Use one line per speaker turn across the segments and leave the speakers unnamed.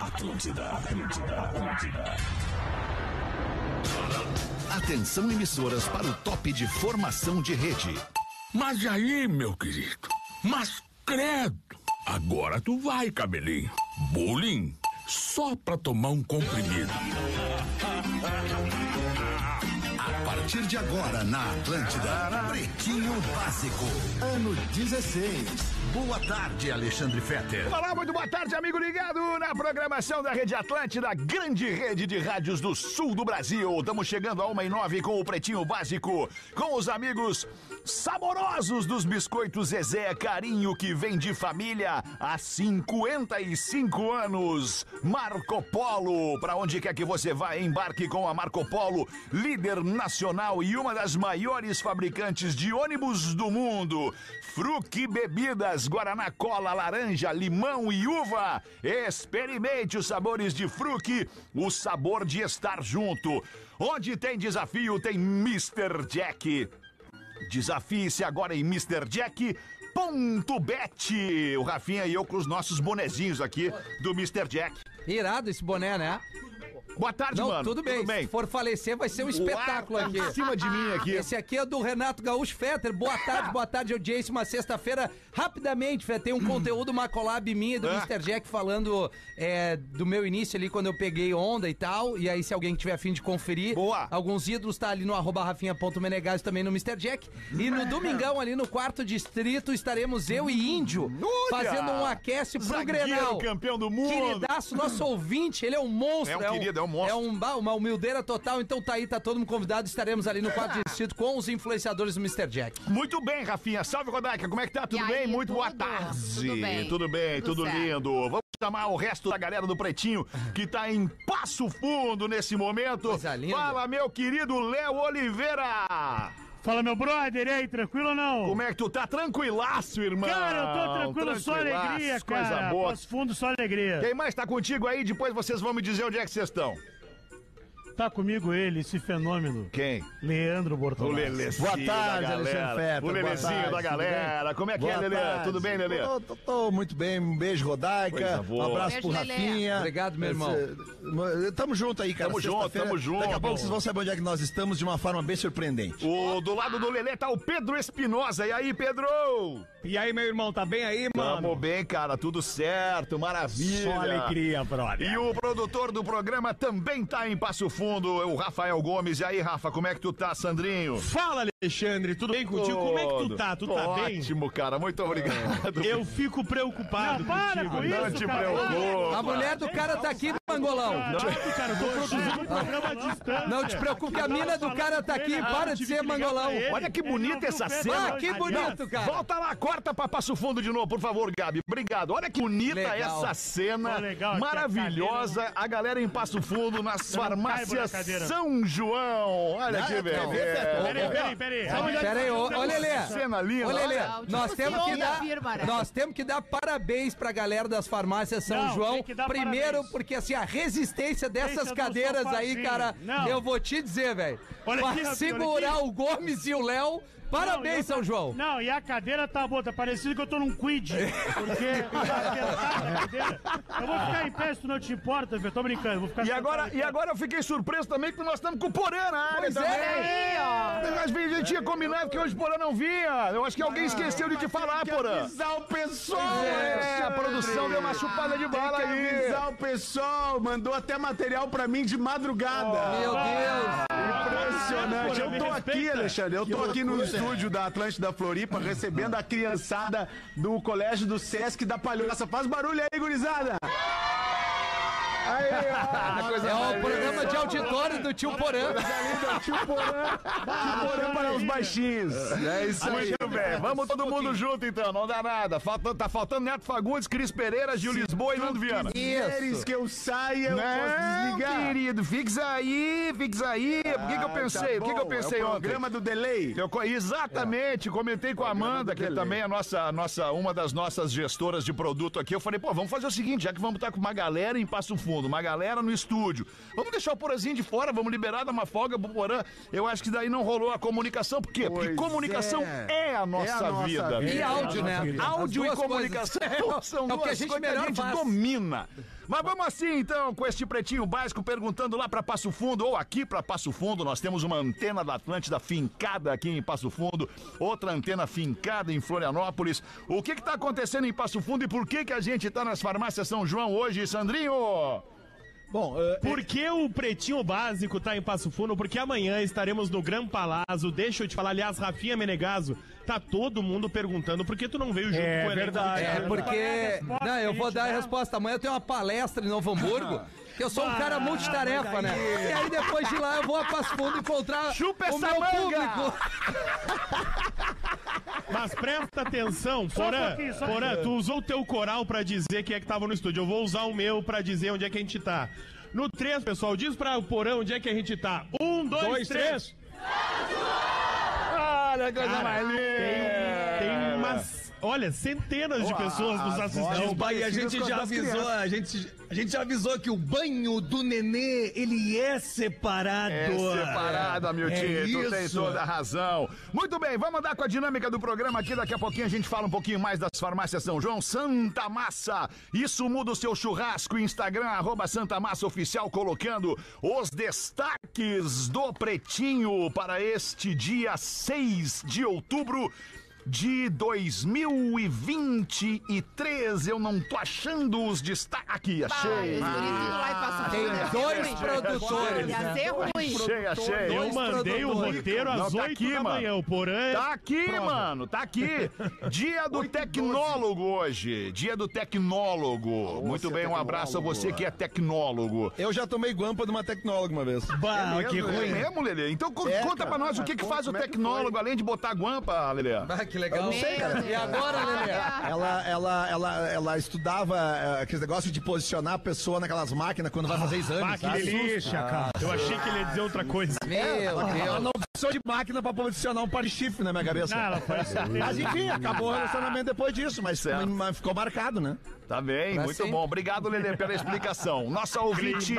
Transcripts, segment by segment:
Atlântida, Atlântida, Atlântida. Atenção emissoras para o top de formação de rede.
Mas aí, meu querido, mas credo, agora tu vai, cabelinho. Bullying, só pra tomar um comprimido.
A partir de agora na Atlântida, Pretinho Básico, ano 16. Boa tarde, Alexandre Fetter.
Olá, muito boa tarde, amigo ligado na programação da Rede Atlântida, grande rede de rádios do sul do Brasil. Estamos chegando a uma e nove com o Pretinho Básico, com os amigos saborosos dos biscoitos Zezé Carinho, que vem de família há 55 anos. Marco Polo, para onde quer que você vá, embarque com a Marco Polo, líder nacional e uma das maiores fabricantes de ônibus do mundo. Fruque Bebidas, Guaraná Cola, Laranja, Limão e Uva. Experimente os sabores de Fruque, o sabor de estar junto. Onde tem desafio, tem Mr. Jack. Desafie-se agora em Mr. Jack. Ponto bet. O Rafinha e eu com os nossos bonezinhos aqui do Mr. Jack.
Irado esse boné, né?
Boa tarde,
Não,
mano.
tudo bem. Se for falecer, vai ser um espetáculo
ar tá
aqui.
Em cima de mim aqui.
Esse aqui é do Renato Gaúcho Fetter. Boa tarde, boa tarde, audiência. Uma sexta-feira, rapidamente, Fetter, tem um conteúdo, uma collab minha do
Ah.
Mr. Jack falando é, do meu início ali, quando eu peguei onda e tal. E aí, se alguém tiver afim de conferir,
Boa.
alguns ídolos tá ali no arroba rafinha.menegas também no Mr. Jack. E no domingão, ali no quarto distrito, estaremos eu e Índio
Olha!
fazendo um aquece pro
Zagueiro
Grenal.
campeão do mundo.
Queridaço, nosso ouvinte, ele é um monstro.
É um querido, é um monstro.
É um, ba- uma humildeira total, então tá aí, tá todo mundo convidado, estaremos ali no quarto de distrito com os influenciadores do Mr. Jack.
Muito bem, Rafinha. Salve, Rodaica. Como é que tá? Tudo
E
bem?
aí,
Muito boa
tudo?
tarde.
Tudo bem.
tudo, bem,
Tudo
tudo
certo.
lindo. Vamos chamar o resto da galera do Pretinho que tá em Passo Fundo nesse momento.
Coisa linda.
Fala, meu querido Léo Oliveira.
Fala, meu brother, e aí, tranquilo ou não?
Como é que tu tá? Tranquilaço, irmão.
Cara, eu tô tranquilo, só
Tranquilaço,
alegria, cara.
Coisa boa.
Passo fundo, só alegria.
Quem mais tá contigo aí? Depois vocês vão me dizer onde é que vocês estão.
Tá comigo ele, esse fenômeno.
Quem?
Leandro
O
Bortolás.
Lelezinho
Boa tarde,
da galera.
Alexandre Feta.
O Lelezinho da galera. Como é que é, Lelê? Tudo bem, Lelê?
Tô, tô- tô muito bem. Um beijo,
Coisa
Rodaica.
boa.
Um abraço
Beijo,
pro
Lelê.
Rafinha.
Obrigado, meu irmão.
Esse- Tamo junto aí, cara.
Tamo junto,
Sexta-feira,
tamo junto.
Daqui a pouco vocês vão saber onde é que nós estamos de uma forma bem surpreendente.
O, do lado do Lelê tá o Pedro Espinosa. E aí, Pedro?
E aí, meu irmão, tá bem aí,
Tamo
mano?
bem, cara. Tudo certo, maravilha.
Só alegria,
E
brother.
o produtor do programa também tá em Passo Fundo, é o Rafael Gomes. E aí, Rafa, como é que tu tá, Sandrinho?
Fala, Alexandre, tudo bem contigo? Como é que tu tá? Tu
Tô
tá bem?
Ótimo, cara. Muito obrigado.
Eu fico preocupado
Não, Ah, para
contigo.
com
tá Não
isso,
te
cara.
preocupa.
A mulher do cara tá aqui, Mangolão.
Chato, cara, eu tô produzindo um programa à distância.
Não te preocupe, a mina do cara tá aqui, para de ser Mangolão.
Olha que bonita essa cena.
Ah, que bonito, cara.
Volta lá, corta pra Passo Fundo de novo, por favor, Gabi. Obrigado. Olha que bonita
Legal.
essa cena.
Ó, legal, é
maravilhosa. A galera em Passo Fundo, nas farmácias
caibo na cadeira.
São João. Olha
Ah,
que
eu quero ver, Fetter.
beleza.
Peraí, peraí, um peraí.
Pera aí, ô, ô
é
Lelê.
Cena linda.
Ô Lelê,
Não, tipo
assim,
nós
se
temos que
ouve
dar,
a firma, né?
nós temos que dar parabéns pra galera das farmácias São
Não,
João.
tem que dar
Primeiro,
parabéns.
porque assim, a resistência
Deixa
dessas
no
cadeiras aí,
sofazinho.
cara,
Não.
eu vou te dizer, velho.
Olha aqui,
Pra
Rafinha, olha
segurar
aqui.
o Gomes e o Léo,
Tá
parabéns,
Não, e outra-
São João.
Não, e a cadeira tá boa, tá parecido que eu tô num quid. Porque eu tava sentado na cadeira. Eu vou ficar em pé se tu não te importa, eu tô brincando. Vou ficar
E
sentado
agora,
aqui.
e agora eu fiquei surpreso também que nós estamos com o Porã na área
Pois é,
também.
né?
Nós vi- a gente tinha combinado que hoje o Porã não vinha. Eu acho que alguém esqueceu de te falar, Porã.
avisar o pessoal,
É, a produção deu uma chupada de bala aí.
o pessoal. Mandou até material pra mim de madrugada.
Meu Deus.
Impressionante.
Porra,
Eu
me
tô aqui,
respeita.
Alexandre. Eu tô aqui no estúdio da Atlântida Floripa recebendo a criançada do Colégio do Sesc da Palhoça. Faz barulho aí, gurizada.
É o programa de auditório do tio Porã.
Tio Porã. Tio Porã para os baixinhos. É isso aí.
Muito bem,
um
vamos todo mundo junto então, não dá nada. Falta- tá faltando Neto Fagundes, Cris Pereira, Gil Lisboa e Nando Viana.
Queres que eu saia, eu posso
Não,
desligar.
querido, fixa aí, fixa aí. Por que, que eu
Ah,
pensei?
tá
Por que, que eu
bom.
pensei
é o
ontem?
programa do delay.
Eu co- exatamente, comentei com a Amanda, que também é a nossa, a nossa, tá uma das nossas gestoras de produto aqui. Eu falei, pô, vamos fazer o seguinte, já que vamos estar com uma galera em Passo fundo, uma galera no estúdio. Vamos deixar o Porazinho de fora, vamos liberar, dar uma folga pro Porã. Eu acho que daí não rolou a comunicação. Por quê? Porque
Pois
comunicação é,
é.
a nossa
É a nossa
vida.
vida.
né?
E áudio, né?
Áudio
As
e
duas
comunicação
coisas.
são
É o
duas
que a gente
coisas que a
melhor
gente
faz.
domina. Mas vamos assim, então, com este pretinho básico, perguntando lá para Passo Fundo ou aqui para Passo Fundo. Nós temos uma antena da Atlântida fincada aqui em Passo Fundo, outra antena fincada em Florianópolis. O que está acontecendo em Passo Fundo e por que, que a gente está nas farmácias São João hoje, Sandrinho?
Bom, por que o Pretinho Básico tá em Passo Fundo? Porque amanhã estaremos no Gran Palazzo. Deixa eu te falar, aliás, Rafinha Menegaso, tá todo mundo perguntando por que tu não veio junto
É
com então o elenco do
verdade.
Gran
É,
É,
porque.
qual é a resposta
Não, eu
que
vou
a gente
dar a
dá?
resposta. Amanhã eu tenho uma palestra em Novo Hamburgo. Que eu sou um cara multitarefa, né? E aí depois de lá eu vou a Passo Fundo encontrar
Chupa
o
essa
meu
manga!
público.
Mas presta atenção,
Só um
Porã.
pouquinho, só um
Porã, tu usou o teu coral pra dizer quem é que tava no estúdio. Eu vou usar o meu pra dizer onde é que a gente tá. No 3, pessoal, diz pra o Porã onde é que a gente tá. Um, dois, três.
Olha, coisa
Cara,
mais linda!
Tem umas, olha, centenas de pessoas nos assistindo.
Opa, e a gente já avisou, a gente, a gente já avisou que o banho do nenê, ele é separado.
É separado, Amiltinho,
É
tu tem
isso.
toda a razão. Muito bem, vamos andar com a dinâmica do programa aqui. Daqui a pouquinho a gente fala um pouquinho mais das farmácias São João. Santa Massa, isso muda o seu churrasco. Instagram, arroba Santa Massa Oficial, colocando os destaques do Pretinho para este dia 6 de outubro. De 2023, eu não tô achando os destaques. Aqui, achei.
Tem dois produtores.
é Ia ser ruim.
Achei, achei.
Eu
dois
mandei o
produtores.
roteiro
Não,
às
tá
8
aqui,
da
mano.
manhã. O Porã. é
Tá aqui, mano, tá aqui. Dia do tecnólogo hoje. Dia do tecnólogo. Muito bem, um abraço a você que é tecnólogo.
Eu já tomei guampa de uma tecnóloga uma vez.
Bah, que
É
ruim.
mesmo, Lelê? Então co-
É,
conta
cara.
pra nós o que, que faz o
Como é que
tecnólogo, além de botar guampa, Lelê.
Ah, que legal.
não sei, cara.
E agora,
Ah,
Lelê?
Ela, ela, ela, ela estudava eh, aqueles negócios de posicionar a pessoa naquelas máquinas quando vai fazer exame.
Ah,
Bah, Ah, que
sabe?
delícia, cara. Eu achei que ele ia dizer outra coisa.
tá.
É, tá
Meu
Ela
Deus.
não precisou de máquina pra posicionar um par de chifre na minha cabeça.
Ah, ela foi
Mas enfim, acabou o relacionamento depois disso, mas,
Certo.
mas ficou marcado, né?
Tá bem,
Pra
muito
sempre.
bom. Obrigado, Lelê, pela explicação. Nossa ouvinte,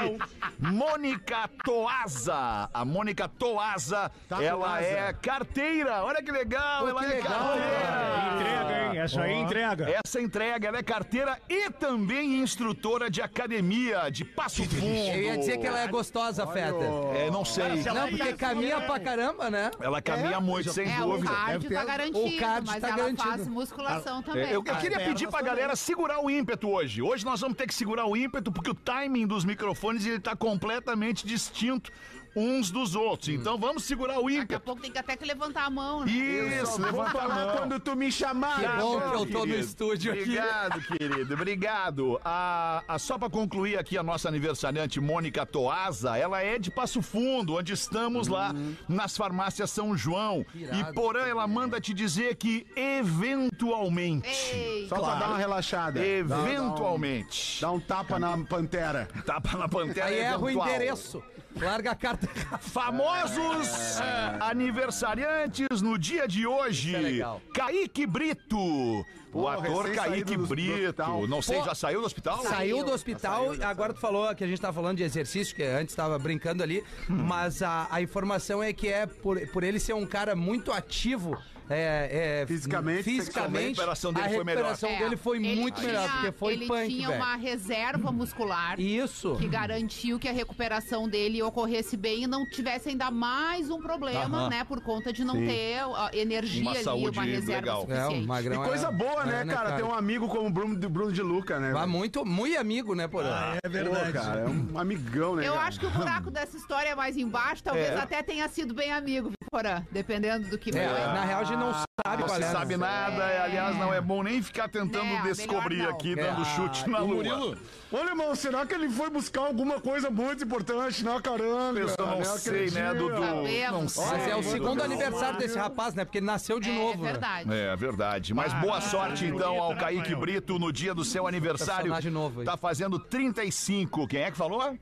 Mônica Toaza. A Mônica Toaza,
Tá
ela é carteira. Olha que legal, ela é carteira.
Entrega, hein? Essa aí entrega.
Essa entrega, ela é carteira e também instrutora de academia de Passo Fundo.
Eu ia dizer que ela é gostosa, Feta.
É, não sei.
Não, porque caminha pra caramba, né?
Ela caminha muito, sem
É, o
dúvida.
Ah,
cardio tá garantido,
O cardio
mas
tá
ela
garantido. Ah,
faz musculação também.
É, Eu, eu queria
pernas
pedir pra
também.
galera segurar o ímpeto hoje. Hoje nós vamos ter que segurar o ímpeto porque o timing dos microfones ele tá completamente distinto uns dos outros. Então vamos segurar o
Daqui a
ímpeto.
pouco tem que até que levantar a mão, né?
Isso, levanta a mão.
Quando tu me chamar,
Que bom que eu tô no
né, Querido,
estúdio aqui.
Obrigado, querido. Obrigado. A, a- só pra concluir aqui a nossa aniversariante Mônica Toaza, ela é de Passo Fundo, onde estamos lá nas farmácias São João. e
irado,
porém ela manda te dizer que eventualmente,
Ei,
Só pra dar uma relaxada. Dá- dá um-
eventualmente,
Dá um tapa na pantera.
tapa na pantera
Aí erra o
eventual.
endereço. Larga a carta.
Famosos
É.
eh, aniversariantes no dia de hoje.
é legal.
Kaique Brito. o
Pô,
ator
recém-saído
Kaique
do- do
Brito.
hospital.
Não sei,
Pô,
já saiu do hospital?
Saiu do hospital, agora tu falou que a gente tava falando de exercício, que antes tava brincando ali,
Uhum.
mas a, a informação é que é por, por ele ser um cara muito ativo. é, é,
Fisicamente,
fisicamente,
sexualmente, a recuperação dele
a
foi melhor.
recuperação
é,
dele foi
ele
muito
tinha-
melhor, porque foi
Ele
punk,
tinha
velho.
uma reserva muscular
Isso.
que garantiu que a recuperação dele ocorresse bem e não tivesse ainda mais um problema,
Aham.
né? Por conta de não ter ó, energia
Uma
ali,
saúde
uma reserva
legal.
É,
suficiente.
o
E
Magrão
coisa
era-
boa, né,
era,
cara? Ter um amigo como o Bruno, de- Bruno de Luca, né?
Vá
velho?
muito, muito amigo, né, Porã?
É
Pô,
verdade.
cara, é um amigão, né?
Eu
cara?
acho que o buraco dessa história é mais embaixo, talvez
É.
até tenha sido bem amigo, viu, Porã, dependendo do que
É,
foi.
Na real, a gente não sabe
Não
qual
se
é.
sabe nada, aliás, não é bom nem ficar tentando
Né,
descobrir
melhor não.
aqui,
É.
dando chute na
O
lua.
Murilo,
Olha, irmão, será que ele foi buscar alguma coisa muito importante na caranga?
Eu só não
né?
sei,
Aquele
né,
dia.
Dudu?
Sabemos.
Não sei.
Mas é o
Dudu.
segundo aniversário desse rapaz, né? Porque ele nasceu de
é,
novo. né?
verdade.
É verdade. Mas boa sorte então ao Kaique
Rafael.
Brito no dia do seu aniversário.
Personagem novo aí.
Tá fazendo 35. Quem é que falou?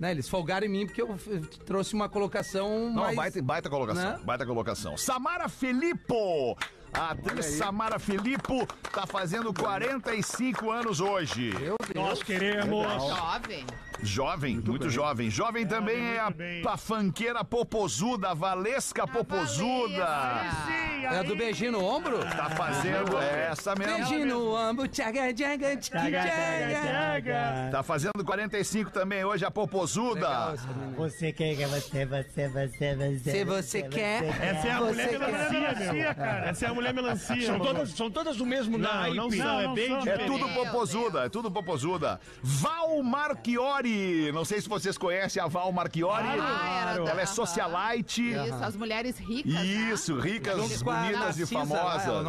Né, eles folgaram em mim porque eu f- trouxe uma colocação
Não,
mais...
baita, baita colocação.
né?
Baita colocação. Samara Filippo. A atriz Samara Filippo tá fazendo 45 anos hoje.
Nós queremos.
Jovem.
Jovem, muito, jovem. Jovem também é a,
muito bem.
a fanqueira popozuda, a Valesca Popozuda.
Valesca.
Sim,
É
aí-
do beijinho no ombro?
Tá fazendo
Ah,
essa mesmo.
Beijinho no ombro, tchaga, tchaga, tchaga, tchaga.
Tá fazendo 45 também hoje a
Legal
Popozuda.
essa menina.
Você quer que você, você, você, você.
Se você quer,
Essa é a
Você
mulher
tá
quer-
melancia,
Melancia,
meu.
cara.
Essa é a mulher melancia.
São
mano.
todas, são todas o mesmo
Não,
naipe.
não são, é
não
bem
são.
diferente.
É tudo
Meu
Popozuda, é tudo Popozuda. Val Marchiori, não sei se vocês conhecem a Val Marchiori.
Ah, era da-
Ela é socialite.
Isso, as mulheres ricas. né?
Isso, ricas,
Junto com a
bonitas e
Narcisa, né? Não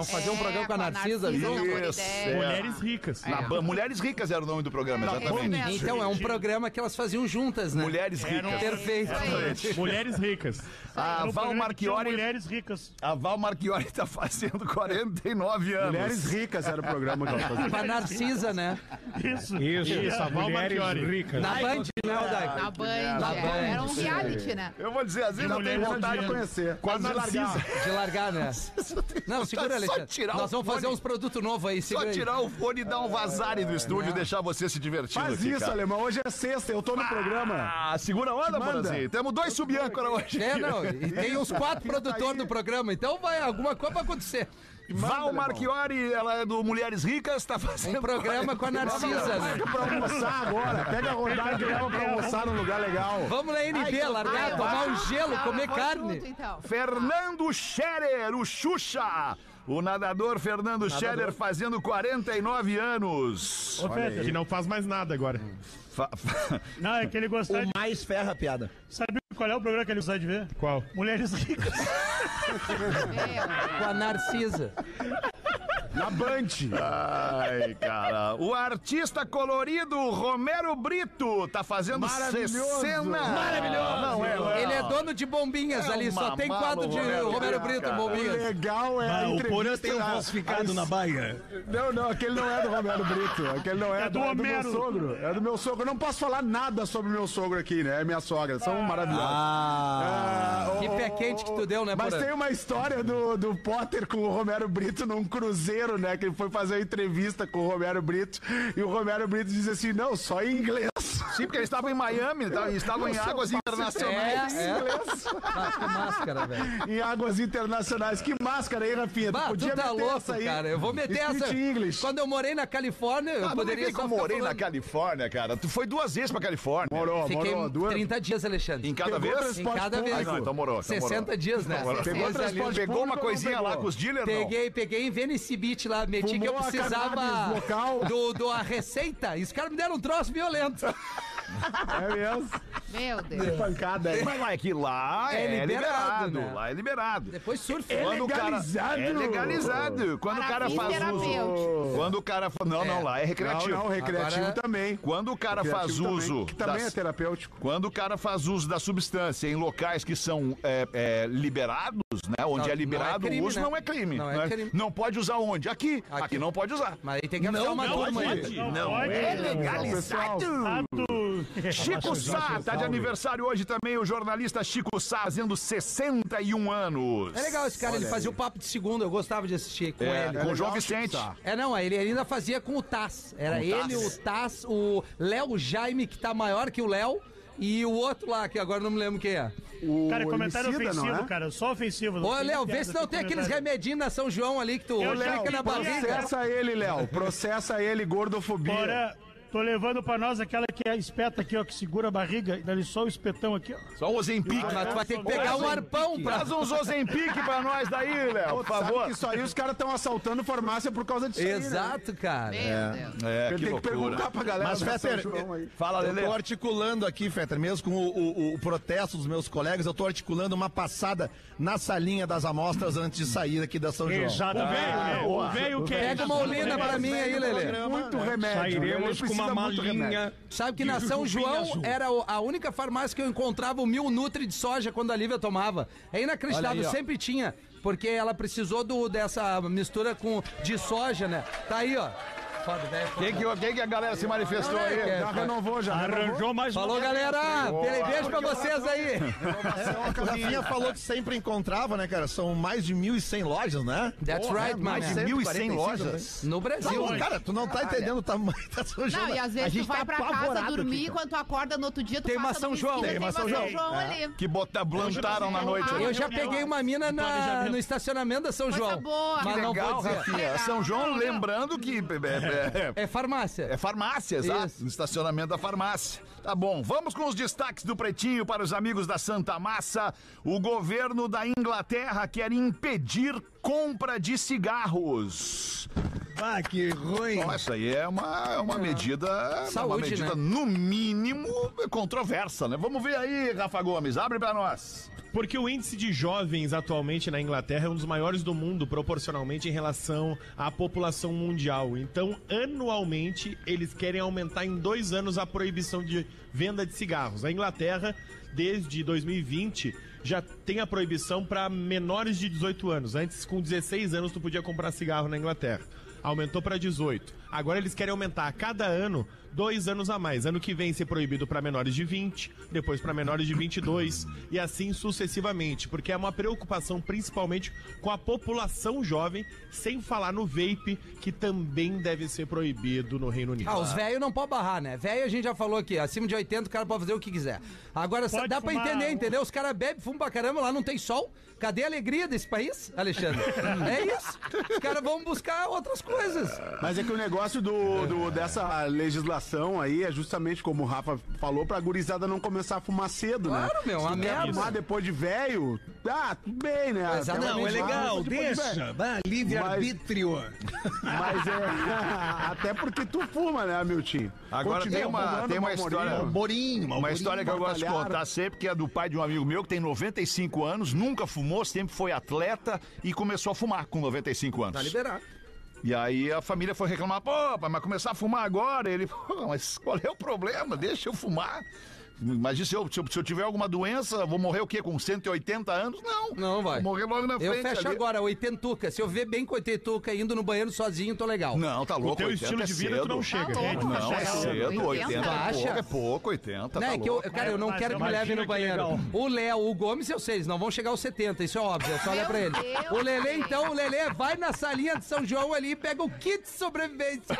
famosas.
Fazer um programa com a Narcisa,
É, Narcisa
viu?
Namoride.
Isso, é.
Mulheres ricas.
Na ban- Mulheres Ricas era o nome do programa,
É,
exatamente.
isso mesmo.
Então é um programa que elas faziam juntas, né?
Mulheres Ricas.
Perfeito.
Isso aí.
Mulheres ricas.
A
Era um
Val
programa que tinha
Marchiori,
Mulheres ricas.
a Val Marchiori tá fazendo 49 anos.
Mulheres ricas era o programa que ela fazia.
Pra Narcisa, né?
Isso.
Isso,
Isso, a Val
mulheres
Marchiori.
ricas.
Na Band, né, Odai?
Na Band.
Na
é.
Band,
Era um
isso
reality, né?
Eu vou dizer, às vezes eu tenho
mulheres
vontade de
adiante.
conhecer. Quase de largar.
De largar, né? Não, segura,
tá Só
Alexandre.
tirar
Nós
o
vamos fazer
fone.
uns produtos novos aí, segura
Só
aí.
tirar o fone e dar um vazare do estúdio e deixar você se divertindo.
Faz
aqui,
isso,
cara.
alemão. Hoje é sexta, eu tô no programa.
Ah, segura a onda,
Manda.
Bonazinho. Temos dois subiâncora hoje.
É, não, e tem uns quatro produtores do programa, então vai, alguma coisa vai acontecer.
Val Marchiori, ela é do Mulheres Ricas, tá fazendo...
Um programa com a Narcisa, né?
Pega pra almoçar agora. Pega a rodada e leva pra almoçar num lugar legal.
Vamos na NB, largar,
Ah, eu
tomar
vou
um
junto,
gelo,
não,
comer
eu vou
carne.
junto, então.
Fernando Scherer, o Xuxa. O nadador Fernando Scherer fazendo 49 anos.
Ô, Peter,
Que não faz mais nada agora.
Fa- fa-
Não, é que ele gostava de...
Mais ferra a piada.
Sabe qual é o programa que ele gostava de ver?
Qual?
Mulheres ricas.
Com a Narcisa.
Na Band.
Ai, cara. O artista colorido Romero Brito tá fazendo
Maravilhoso.
60. Maravilhoso. Não, é, não
Ele é dono de bombinhas
É
ali,
uma
só tem
mala,
quadro de
Romero,
Romero,
cara.
Brito,
Cara,
O
bombinhas.
legal é a
o
entrevista...
Porã tem um
a-
falsificado
a-
na baia.
Não, não, aquele não é do Romero Brito. Aquele não é,
É do
do, é do meu
Homero.
sogro. É do meu sogro. Eu não posso falar nada sobre meu sogro aqui, né? É minha sogra. São maravilhosos. Ah,
Que
ô,
pé
ô,
quente
ô,
que tu deu, né,
Mas
Porã?
tem uma história do, do Potter com o Romero Brito num cruzeiro, né? Que ele foi fazer uma entrevista com o Romero Brito. E o Romero Brito diz assim: não, só em inglês.
Sim, porque eles estavam em Miami, tá? eles estavam em águas internacionais.
É, é. Mas que máscara, velho.
Em águas internacionais. Que máscara, hein, Rafinha?
Bah, tu tá louco, cara. Eu vou meter essa.
Street English.
Quando eu morei na Califórnia, eu
Ah, não
poderia
me vem que eu
ficar
morei na
falando.
Califórnia, cara. Tu foi duas vezes pra Califórnia.
Morou,
Fiquei
morou. Duas...
30 dias, Alexandre.
Em cada
Pegou
vez?
Em
transporte
cada
público.
vez.
Ah, não, então morou, então morou.
60 dias, né?
Morou. Pegou
Depois ali-
Transporte Pegou uma
público ou não
coisinha lá
pegou?
com os dealers, não?
Peguei, peguei em Venice Beach lá, meti
Fumou
que eu
a
precisava
cannabis local.
do, do a receita. E os caras me deram um troço violento.
É mesmo?
Meu Deus.
Pancada aí.
Mas lá é que lá é,
É
liberado,
liberado, né?
lá é liberado.
Depois surf.
o cara-
É legalizado.
é legalizado. Quando o cara
Para
faz uso.
fisioterapeuta.
Quando o cara fa- Não, não, lá é
Não,
recreativo.
não, recreativo
Agora-
também.
Quando o cara
Recreativo
faz
também,
uso.
Que também
das-
é terapêutico.
Quando o cara faz uso da substância em locais que são é, é, liberados, né? Onde
Não,
é liberado
não é crime,
o uso,
né?
não é crime.
Não é crime.
não pode usar onde? Aqui. Aqui,
Aqui.
não pode usar.
Mas aí tem que achar uma turma aí.
Não, pode.
Pessoal,
Chico Sá tá de aniversário hoje também, o jornalista Chico Sá fazendo 61 anos.
É legal esse cara, ele fazia o papo de segundo, eu gostava de assistir com
É,
ele.
com o João
legal, Chico
Vicente.
Sá.
É, não, ele ainda fazia com o Taz. Era ele, o Taz, o Léo Jaime, que tá maior que o Léo, e o outro lá, que agora eu não me lembro quem é.
o
Cara, comentário
Emicida, não
ofensivo,
é?
cara. Só ofensivo. não
Ô,
tem
Léo,
nem
vê
piada
se não
esse
tem aqueles
comentário.
remedinhos na São João ali que tu
Eu já
clica na
vi,
barriga.
Processa ele, Léo. Processa ele, gordofobia.
Bora. Tô levando pra nós aquela que é espeta aqui, ó, que segura a barriga, e dá-lhe só o espetão aqui, ó.
Só o Ozempic.
Ah, mas tu vai ter que pegar um arpão pra...
Traz uns Ozempic pra nós daí, Léo,
Pô,
por
tu sabe
favor.
que isso aí os caras estão assaltando farmácia por causa disso aí, né?
Exato, cara.
Meu Deus.
É,
Ele tem que perguntar pra galera.
Mas,
do São
Fetter, eh,
João aí.
Fala,
eu
Lelê.
tô articulando aqui, Fetter, mesmo com o, o- o protesto dos meus colegas, eu tô articulando uma passada na salinha das amostras antes de sair aqui da São João.
O velho, né? O
boa.
velho que
Pega uma olina pra mim aí, Lelê.
Muito remédio. né?
Sairemos
Ele
com uma
precisa muito remédio.
malinha.
Sabe que na
De
São
Jupim
João
Azul.
era o- a única farmácia que eu encontrava o Mil Nutri de soja quando a Lívia tomava. É inacreditável,
Olha aí, ó.
sempre tinha. Porque ela precisou do, dessa mistura com, de soja, né? Tá aí, ó. foda, velho.
Quem que, quem que a galera se manifestou aí?
Já renovou, já.
tá
renovou.
mais
Falou, galera! Pele- Beijo pra vocês aí!
O Rafinha falou que sempre encontrava, né, cara? São mais de 1.100 lojas, né?
That's right,
Mais de
mano.
1.100 lojas.
No Brasil.
Não, cara, tu não tá entendendo o tamanho da São né?
Não, e às vezes tu
tá
vai pra casa dormir, quando tu acorda no outro dia, tu
tá Tem
passa
uma São João. É.
numa esquina,
Tem
Tem uma São João, ali.
né?
Que bota, plantaram
é
na noite.
Ah,
Eu já peguei uma mina na-
planejamento.
no estacionamento da São
Coisa
João.
boa.
Mas
Que
não
Legal,
vou dizer.
Rafinha.
Legal.
São João, lembrando que é, é-
É farmácia.
é farmácia, exato.
Isso.
No estacionamento da farmácia. Tá bom, vamos com os destaques do Pretinho para os amigos da Santa Massa. O governo da Inglaterra quer impedir compra de cigarros.
Ah, que ruim.
Bom, essa aí é uma, é uma medida, uma
Saúde,
medida
né?
no mínimo controversa, né? Vamos ver aí, Rafa Gomes, abre pra nós.
Porque o índice de jovens atualmente na Inglaterra é um dos maiores do mundo, proporcionalmente em relação à população mundial. Então, anualmente, eles querem aumentar em dois anos a proibição de venda de cigarros. A Inglaterra, desde 2020, já tem a proibição para menores de 18 anos. Antes, com 16 anos, tu podia comprar cigarro na Inglaterra. Aumentou para 18. Agora eles querem aumentar a cada ano dois anos a mais. Ano que vem ser proibido para menores de 20, depois para menores de 22 e assim sucessivamente, porque é uma preocupação principalmente com a população jovem, sem falar no vape que também deve ser proibido no Reino Unido.
Ah, os velhos não podem barrar, né? Velho a gente já falou aqui, acima de 80 o cara pode fazer o que quiser. Agora só
Pode
dá pra
fumar
entender,
um-
entendeu? Os caras bebem, fumam pra caramba, lá não tem sol. Cadê a alegria desse país, Alexandre? é isso. Os caras vão buscar outras coisas.
Mas é que o negócio do, do- dessa legislação aí é justamente como o Rafa falou, pra gurizada não começar a fumar cedo, né?
Claro, meu, uma
é
Se
merda.
quer fumar depois de velho, ah, tudo bem, né? Até
Exatamente.
uma
Não, é
vez lá, mas depois de velho.
livre-arbítrio.
Mas é. Até porque tu fuma, né, Miltinho?
Agora
Continua
tem uma-
fumando,
tem uma
Malborinho.
história-
Borinho,
Uma história que eu gosto de
Batalharam.
contar sempre, que é do pai de um amigo meu que tem 95 anos, nunca fumou, sempre foi atleta e começou a fumar com 95
Tá
anos.
liberado.
E aí a família foi reclamar, pô, pai, mas começar a fumar agora. Ele, pô, mas qual é o problema? Deixa eu fumar. Imagina se eu, se eu, se eu tiver alguma doença, vou morrer o quê? Com 180 anos? Não.
Não vai.
Vou morrer logo na
Eu
frente.
fecho
ali.
agora, oitentuca. Se eu ver bem com oitentuca indo no banheiro sozinho, tô legal.
Não, tá louco.
o teu
80
estilo
é
de vida tu
cedo.
não chega.
Tá
né?
louco,
Não, é cedo, 80 é
Baixa.
pouco, é pouco, 80,
Não,
tá
é que eu,
louco.
cara, eu não
Mas
quero que me
imagina
levem no
que
banheiro.
legal.
O Léo, o Gomes, eu sei, eles não vão chegar aos 70, isso é óbvio, é só olhar
Meu
pra ele.
Deus,
O Lelê,
gente.
então, o Lelê vai na salinha de São João ali e pega o kit de sobrevivência.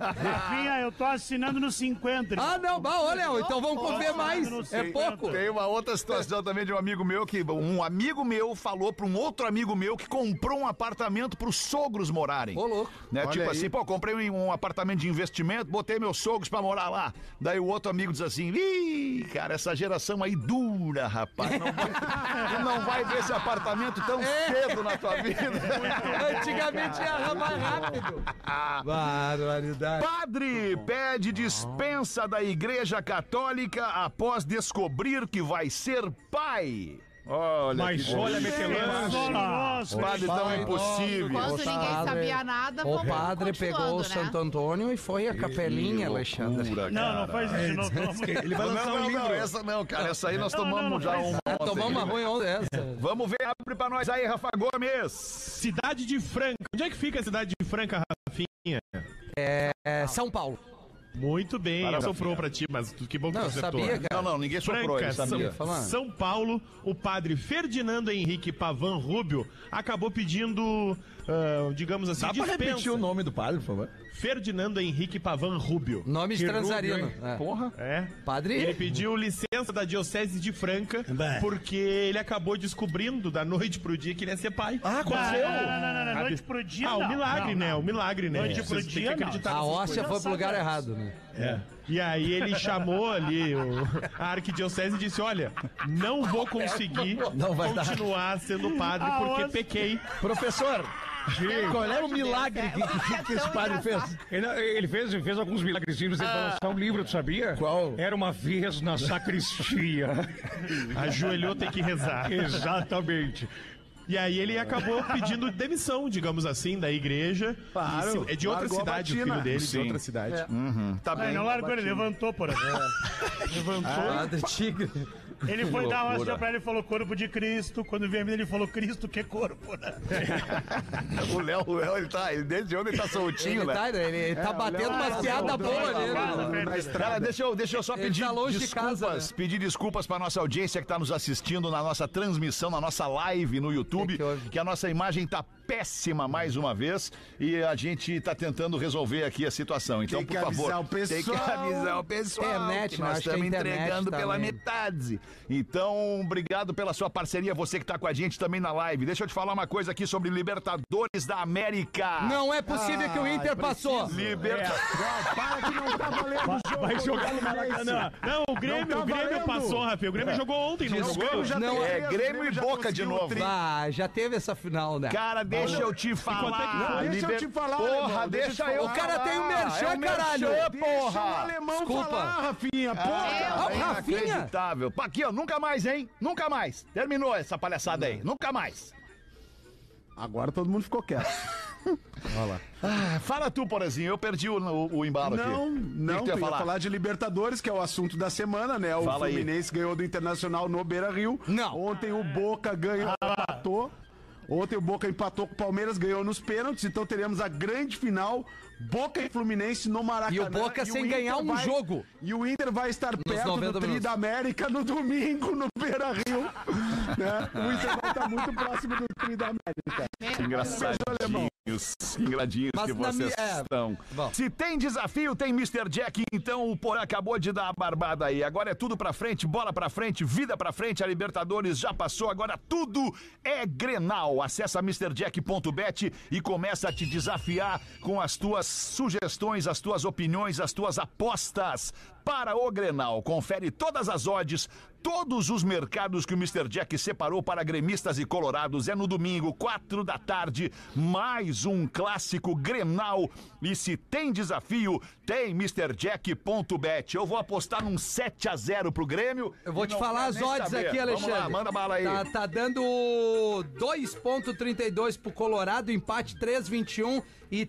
Rafinha, eu tô assinando no 50. irmão.
Ah, não, bah, ô, Léo, então vamos comer mais.
não sei.
É pouco.
Tem uma outra situação também de um amigo meu que um amigo meu falou para um outro amigo meu que comprou um apartamento para os sogros morarem.
Ô, louco.
Né?
Olha
Tipo
aí.
assim, pô, comprei um apartamento de investimento, botei meus sogros para morar lá. Daí o outro amigo diz assim: "Ih, cara, essa geração aí dura, rapaz. Não vai, tu não vai ver esse apartamento tão
É.
cedo na tua vida."
Antigamente era mais rápido. Barbaridade.
Padre pede dispensa da Igreja Católica após descobrir que vai ser pai. Olha,
Mas
que
olha,
delícia.
Metelândia.
Só nosso,
Padre tão
Pai
impossível.
Quando
Nossa,
ninguém
padre.
sabia nada,
O
vamos
padre
continuando,
pegou o
né?
Santo Antônio e foi a capelinha, Alexandre.
Loucura,
Não,
cara.
não faz isso, não. pelo amor de Deus.
Ele vai
Não,
lançar
não,
um
não,
livro.
essa não, cara. Essa aí nós tomamos
não, não
já
faz
uma. ontem.
Tomamos uma ruim ontem, essa.
Vamos ver, abre pra nós aí, Rafa Gomes.
Cidade de Franca. Onde é que fica a Cidade de Franca, Rafinha?
É, São Paulo.
Muito bem,
Para,
eu soprou
Rafinha.
pra ti, mas tu- que bom que
Não, eu
tu acertou.
sabia,
né?
Não, não, ninguém soprou, ele
Franca,
sabia.
São- falando.
São Paulo, o padre Ferdinando Henrique Pavan Rubio acabou pedindo, ah, digamos assim,
Dá pra
dispensa.
repetir o nome do padre, por favor?
Ferdinando Henrique Pavan Rubio.
Nome de
Que Rubio,
transarino.
hein?
É.
Porra.
É. Ele
Padre,
pediu licença da Diocese de Franca
Bah.
porque ele acabou descobrindo da noite pro dia que ele ia ser pai. Ah,
Não, não, não, não, não, não, Noite pro dia.
Ah, o
não,
milagre,
não,
né? O milagre, né?
Noite pro
Vocês têm
dia,
que
não. Ah,
acreditar
a
nessas
óssea
coisas.
foi pro lugar errado, né?
E aí ele chamou ali o- a arquidiocese e disse: Olha, não vou conseguir
Não vai dar.
continuar sendo padre
A
porque
outra-
pequei.
Professor, qual é o milagre
Deus, é.
que, que- que esse
Tão
padre fez?
engraçado.
Ele, ele fez, ele fez alguns
Ah.
milagrezinhos, ele vai lançar um livro, tu sabia?
Qual?
Era uma vez na sacristia.
Ajoelhou, tem que rezar.
Exatamente.
E aí ele acabou pedindo demissão, digamos assim, da igreja.
Claro,
E se- é de outra
largou a
cidade, o
batina. É.
filho dele, de
Sim.
outra cidade.
Tá
Não,
bem.
não largou ele, levantou, por exemplo.
Ah, do tigre.
Ele foi
Que
dar uma
loucura.
ajuda pra ele e falou corpo de Cristo. Quando viu a mina, ele falou Cristo que corpo, né?
O Léo, o Léo, ele tá, ele, desde ontem ele tá
um
soltinho,
Ele
né?
tá, ele
É,
tá batendo
umas piada boa ali, né?
Na estrada. Cara, deixa eu, deixa eu só
Ele
pedir
tá longe de
desculpas,
casa, né?
pedir desculpas pra nossa audiência que tá nos assistindo na nossa transmissão, na nossa live no
É
YouTube, que, a nossa imagem tá péssima mais uma vez e a gente tá tentando resolver aqui a situação. Então,
Tem que
por favor,
avisar o
tem que avisar o pessoal
Internet,
que
né?
nós
Acho que é
estamos
internet
entregando pela
também.
metade. Então, obrigado pela sua parceria, você que tá com a gente também na live. Deixa eu te falar uma coisa aqui sobre Libertadores da América.
Não é
Ah,
possível que o Inter passou.
Liberta...
Para que não tá valendo o jogo.
Vai jogar no Maracanã. Não, o Grêmio,
Não tá
o Grêmio
valendo.
passou, Rafinha. O Grêmio
É.
jogou ontem, não
Desculpa,
jogou?
já tem
é
três, o Grêmio já conseguiu o tri.
Ah, já teve essa final, né?
Cara, deixa eu te falar.
Não, deixa eu te
Liber-
falar,
Porra,
alemão,
deixa,
te
eu.
falar.
O cara tem um merchan,
é um merchan,
caralho.
Deixa o
porra.
alemão
Desculpa.
falar, Rafinha. Porra.
Ah, é inacreditável. Pá, Aqui, ó, nunca mais, hein? Nunca mais. Terminou essa palhaçada aí. Nunca mais.
Agora todo mundo ficou quieto. Olha lá.
Ah, fala tu, Porazinho. Eu perdi o, o, o embalo aqui.
Não,
O que que
não,
tu
tu
ia
ia
falar?
de Libertadores, que é o assunto da semana, né? O
Fala aí.
Fluminense ganhou do Internacional no Beira Rio.
Não.
Ontem o Boca ganhou, empatou. Ontem o Boca empatou com o Palmeiras, ganhou nos pênaltis, então teremos a grande final. Boca e Fluminense no Maracanã.
E o Boca sem
Inter
ganhar um
vai-
jogo.
E o Inter vai estar perto
90
do Tri
minutos.
da América no domingo, no Beira Rio. né? O Inter vai estar muito próximo do Tri da América.
Né?
Engraçadinhos, engraçadinhos
Mas
que
na
vocês
minha- é,
estão.
bom.
Se tem desafio, tem Mr. Jack, então o Porã acabou de dar a barbada aí. Agora é tudo pra frente, bola pra frente, vida pra frente, a Libertadores já passou, agora tudo é Grenal. Acessa MrJack.bet e começa a te desafiar com as tuas sugestões, as tuas opiniões, as tuas apostas para o Grenal. Confere todas as odds, todos os mercados que o Mr. Jack separou para gremistas e colorados. É no domingo, 4 da tarde, mais um clássico Grenal. E se tem desafio, tem MrJack.bet. Eu vou apostar num 7 a 0 pro Grêmio.
Eu vou
e
te
não quero
falar as
nem
odds
saber.
aqui, Alexandre.
Vamos lá, manda bala aí.
Tá, tá dando 2.32 pro Colorado, empate 3.21 e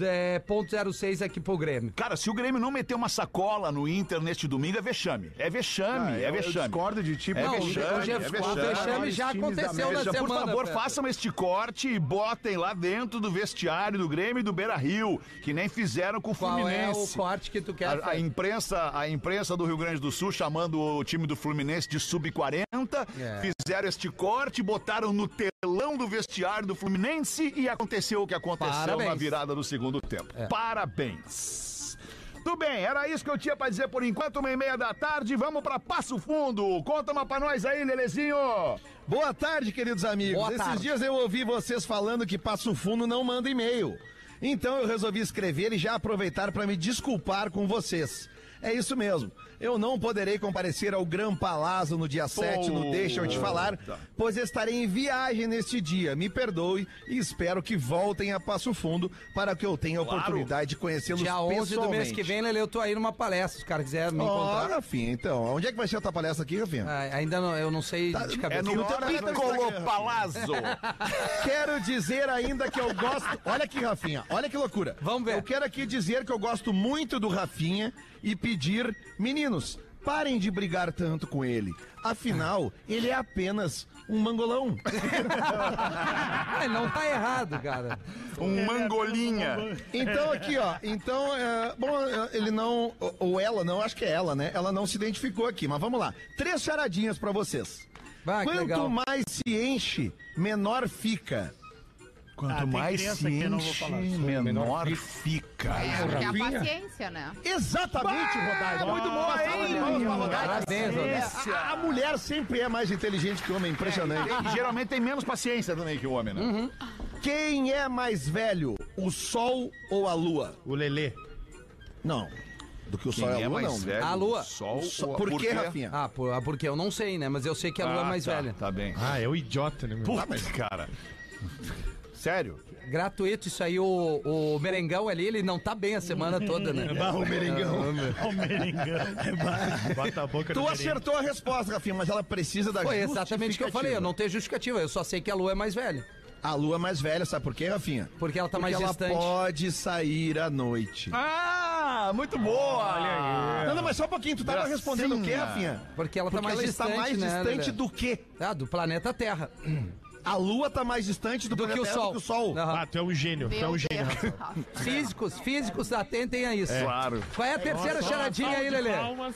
é, 3.06 aqui pro Grêmio.
Cara, se o Grêmio não meter uma sacola no Inter neste domingo, é vexame. É vexame,
Ah,
é
eu- eu
vexame.
discordo de ti,
É
porque
vexame,
hoje
é
o
vexame.
vexame já
Times da
aconteceu na
Veja,
semana.
por favor,
Pedro.
façam este corte e botem lá dentro do vestiário do Grêmio e do Beira Rio, que nem fizeram com o
Qual é o
Fluminense.
corte que tu quer
a, a
fazer?
imprensa, a imprensa do Rio Grande do Sul chamando o time do Fluminense de sub-40,
É.
fizeram este corte, botaram no telão do vestiário do Fluminense e aconteceu o que aconteceu na
Parabéns. É.
virada do segundo tempo. Parabéns. Tudo bem, era isso que eu tinha pra dizer por enquanto, uma e meia da tarde, vamos pra Passo Fundo. Conta uma pra nós aí, Lelezinho.
Boa tarde, queridos amigos.
Boa
Esses
tarde.
dias eu ouvi vocês falando que Passo Fundo não manda e-mail. Então eu resolvi escrever e já aproveitar para me desculpar com vocês. É isso mesmo. Eu não poderei comparecer ao Gran Palazzo no dia 7, no Deixa Eu Te Falar, pois estarei em viagem neste dia. Me perdoe e espero que voltem a Passo Fundo para que eu tenha a oportunidade de conhecê-los
Dia 11 do mês
pessoalmente.
que vem, Lele, eu tô aí numa palestra, se os caras quiserem me
Ó,
encontrar.
Rafinha, então. Onde é que vai ser a tua palestra aqui, Rafinha?
Ah, ainda não, eu não sei de cabeça.
É no
E o teu
Piccolo
Instagram?
Palazzo.
Quero dizer ainda que eu gosto. Olha aqui, Rafinha. Olha que loucura.
Vamos ver.
Eu quero aqui dizer que eu gosto muito do Rafinha e pedir, meninos, parem de brigar tanto com ele. Afinal, ele é apenas um mangolão.
Ah, não tá errado, cara.
Um
É.
mangolinha.
É
Então aqui, ó. Então, é, bom, é, ele não ou- ou ela não, acho que é ela, né? Ela não se identificou aqui, mas vamos lá. Três charadinhas pra vocês.
Vai, que
Quanto
legal.
mais se enche, menor fica.
Quanto
Ah, tem
mais
criança
se
que eu não vou
enche,
falar.
menor fica.
É, Porque a
Rafinha?
paciência, né?
um Exatamente, Rodaica. Muito bom, palmas pra Rodaica.
Parabéns, Rodaica.
É, a, a mulher sempre é mais inteligente que o homem,
É,
impressionante.
E geralmente tem menos paciência também que o homem, né?
Uhum.
Quem é mais velho, o sol ou a lua?
O Lelê.
Não. Do que o sol e a lua, não.
A é lua.
é Sol,
Só- Por quê, Rafinha?
Ah, por- ah, porque eu não sei, né? Mas eu sei que a lua é mais
tá,
velha.
Tá bem.
Ah, é o idiota, né, meu?
Puta, cara. Sério?
Gratuito isso aí, o, o Merengão ali, ele não tá bem a semana toda, né?
Ah, o Merengão.
O Meringão. É básico.
Bota a boca
Tu
no Lelê.
acertou a resposta, Rafinha, mas ela precisa da
Foi exatamente o que eu falei, eu não tenho justificativa, eu só sei que a lua é mais velha.
A lua é mais velha, sabe por quê, Rafinha?
Porque ela tá mais
ela
distante.
pode sair à noite.
Ah,
Ah, muito boa!
Olha aí.
Não, não, mas só um pouquinho. Tu tava
Gracinha.
respondendo o quê, Rafinha?
Porque ela tá mais distante,
está mais
né,
distante
Lelê?
do quê?
Ah, do planeta Terra.
A Lua tá mais distante do,
Do que
planeta
o
Terra
Sol.
do que o Sol. né?
Aham.
Ah, tu é um gênio, tu é
Meu
um
Deus.
gênio.
Físicos, físicos atentem a isso.
Claro.
Qual é a terceira charadinha aí, Lelê?
Palmas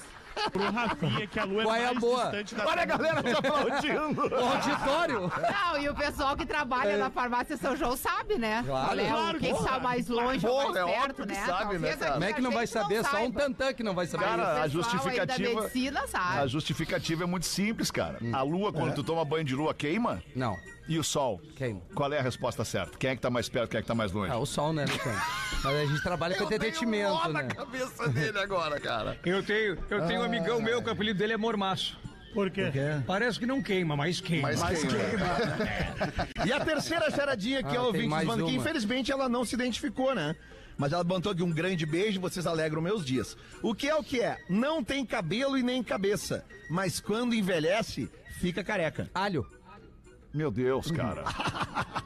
Pro Rafinha, que a lua é
Qual é a
mais
boa?
distante da
Olha a galera já aplaudindo.
O auditório?
Não, e o pessoal que trabalha na farmácia São João sabe, né?
Claro.
Né?
Claro
Quem está mais longe ou
Porra,
mais
é óbvio
perto,
que
né?
sabe,
Talvez
né,
aqui
cara?
Como é que
a
não vai
gente não
saber? Só um
saiba.
tantã que não vai saber.
Mas o
Cara, a
pessoal aí
justificativa-
da medicina
A
sabe.
justificativa é muito simples, cara.
Hum.
A lua, quando tu toma banho de lua, queima?
Não.
E o sol?
É. Queima.
Qual é a resposta certa? Quem é que tá mais perto, quem é que tá mais longe?
Ah, o sol, né, Alexandre? Mas a gente trabalha com entretenimento, né?
um cabeça dele agora, cara.
Eu tenho, eu tenho um amigão meu que o apelido dele é Mormaço.
Por quê?
Parece que não queima, mas queima.
Mas, queima.
E a terceira charadinha
Ah,
que é o
tem
ouvinte
mais
Vando, que
uma.
infelizmente ela não se identificou, né? Mas ela botou aqui um grande beijo, vocês alegram meus dias. O que é o que é? Não tem cabelo e nem cabeça, mas quando envelhece, fica careca.
Alho.
Meu Deus, cara.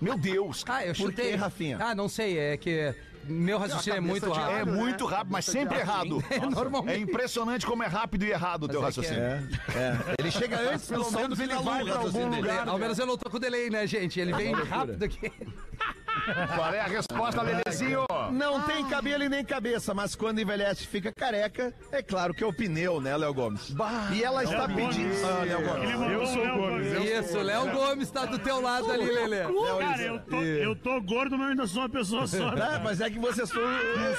Meu Deus, cara.
Ah, eu
Por
chutei.
quê, Rafinha?
Ah, não sei, é que meu raciocínio é muito
de
É
rápido.
muito rápido, mas sempre errado.
normalmente.
É impressionante como é rápido e errado o teu
Mas é que
raciocínio.
é.
Ele chega antes, pelo menos ele vai pra algum
É, ao menos eu não tô com delay, né, gente? Ele vem rápido aqui.
Qual é a resposta, Lelezinho?
Não tem cabelo e nem cabeça, mas quando envelhece fica careca. É claro que é o pneu, né, Léo Gomes? e ela está pedindo. Ah, Léo Gomes.
Ele mandou
Eu
um
sou o
Léo
Gomes, eu
Isso, Léo Gomes tá do teu lado ali, Lelê.
Cara, eu tô, eu tô gordo, mas ainda sou uma pessoa só.
Ah, mas é que vocês são.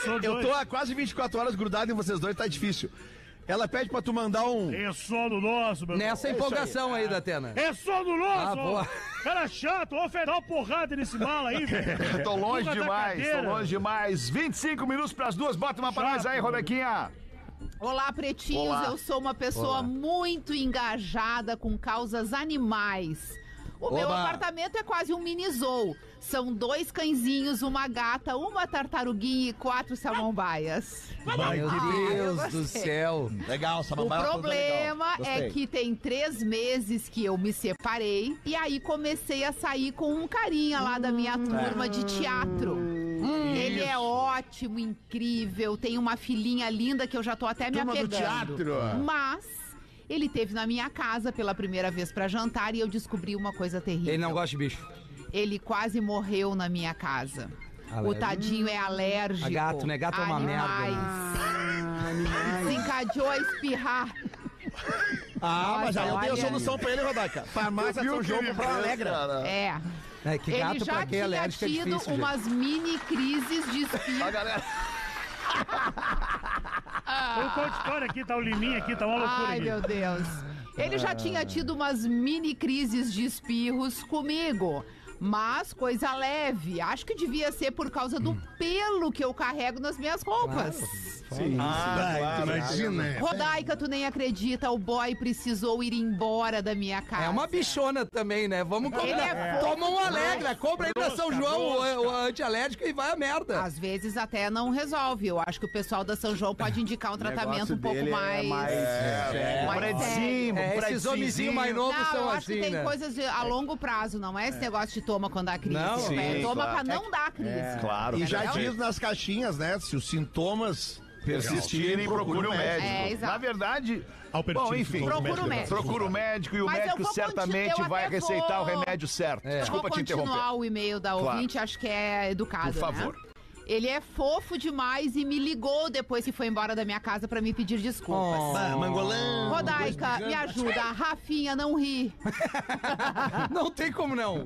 sou
Eu
dois.
tô há quase 24 horas grudado em vocês dois, tá difícil. Ela pede pra tu mandar um.
É só do nosso, meu irmão.
Nessa empolgação aí da Atena.
É só do nosso!
Ah, boa.
Cara chato, ó, fedar uma porrada nesse mala aí, velho.
Tô longe
Fuga da
demais, tô
cadeira.
longe demais. 25 minutos pras duas, bota uma pra nós aí, Rodequinha.
Olá, pretinhos.
Olá.
Eu sou uma pessoa muito engajada com causas animais. O meu
Oba.
apartamento é quase um mini zoo. São dois cãezinhos, uma gata, uma tartaruguinha e quatro samambaias.
Meu Deus do
gostei.
céu.
Legal,
O
Samambaia.
problema é que tem três meses que eu me separei e aí comecei a sair com um carinha lá da minha turma de teatro. Ele é ótimo, incrível, tem uma filhinha linda que eu já tô até me apegando.
Ah.
Mas ele teve na minha casa pela primeira vez pra jantar e eu descobri uma coisa terrível.
Ele não gosta de bicho.
Ele quase morreu na minha casa. O
Alérgico.
tadinho é alérgico.
A gato, né? Gato é uma merda, né?
Animais. Desencadeou a espirrar.
Ah, mas
Olha,
aí eu dei a
olha.
solução pra ele, Rodaica. Farmácia São João pra Alegra.
É.
É, que
Ele
gato
já
pra quem é
tinha
alérgico é
tido
difícil, gente.
umas mini crises de espirro.
Tem um conditório aqui, tá o liminha aqui, tá uma loucura
Ai,
aqui.
meu Deus. Ele já tinha tido umas mini crises de espirros comigo. Mas coisa leve. Acho que devia ser por causa do pelo que eu carrego nas minhas roupas.
Imagina.
Rodaica, tu nem acredita, o boy precisou ir embora da minha casa.
É uma bichona também, né? Vamos
Ele
combinar.
é fofo
Toma um Alegra, compra aí pra São João o- o, antialérgico e vai a merda.
Às vezes até não resolve. Eu acho que o pessoal da São João pode indicar um tratamento um pouco mais.
Um
mais sério.
Predzinho,
É, esses homenzinhos
predzinho.
mais novos
Não, eu
são
acho
assim,
que tem
né?
coisas de- a longo prazo, não é esse negócio de toma quando dá crise.
Não.
né?
Sim,
toma
claro. É
pra não dar crise.
Claro.
E já
legal?
diz nas caixinhas, né? Se os sintomas um
Persistirem, procure o
um
médico.
É, exato.
Na verdade,
Albertino,
bom, enfim,
procura
o Procura o médico. médico.
Procura o médico e o
Mas eu
médico
vou
certamente
continuar, eu
vai
até
receitar o
vou-
remédio certo.
É.
Vou
Desculpa te interromper.
continuar o e-mail da
Claro.
ouvinte, acho que é educado,
Por favor.
né? Ele é fofo demais e me ligou depois que foi embora da minha casa pra me pedir desculpas.
Oh.
mangolã.
Rodaica, me ajuda. Rafinha, não ri.
Não tem como não.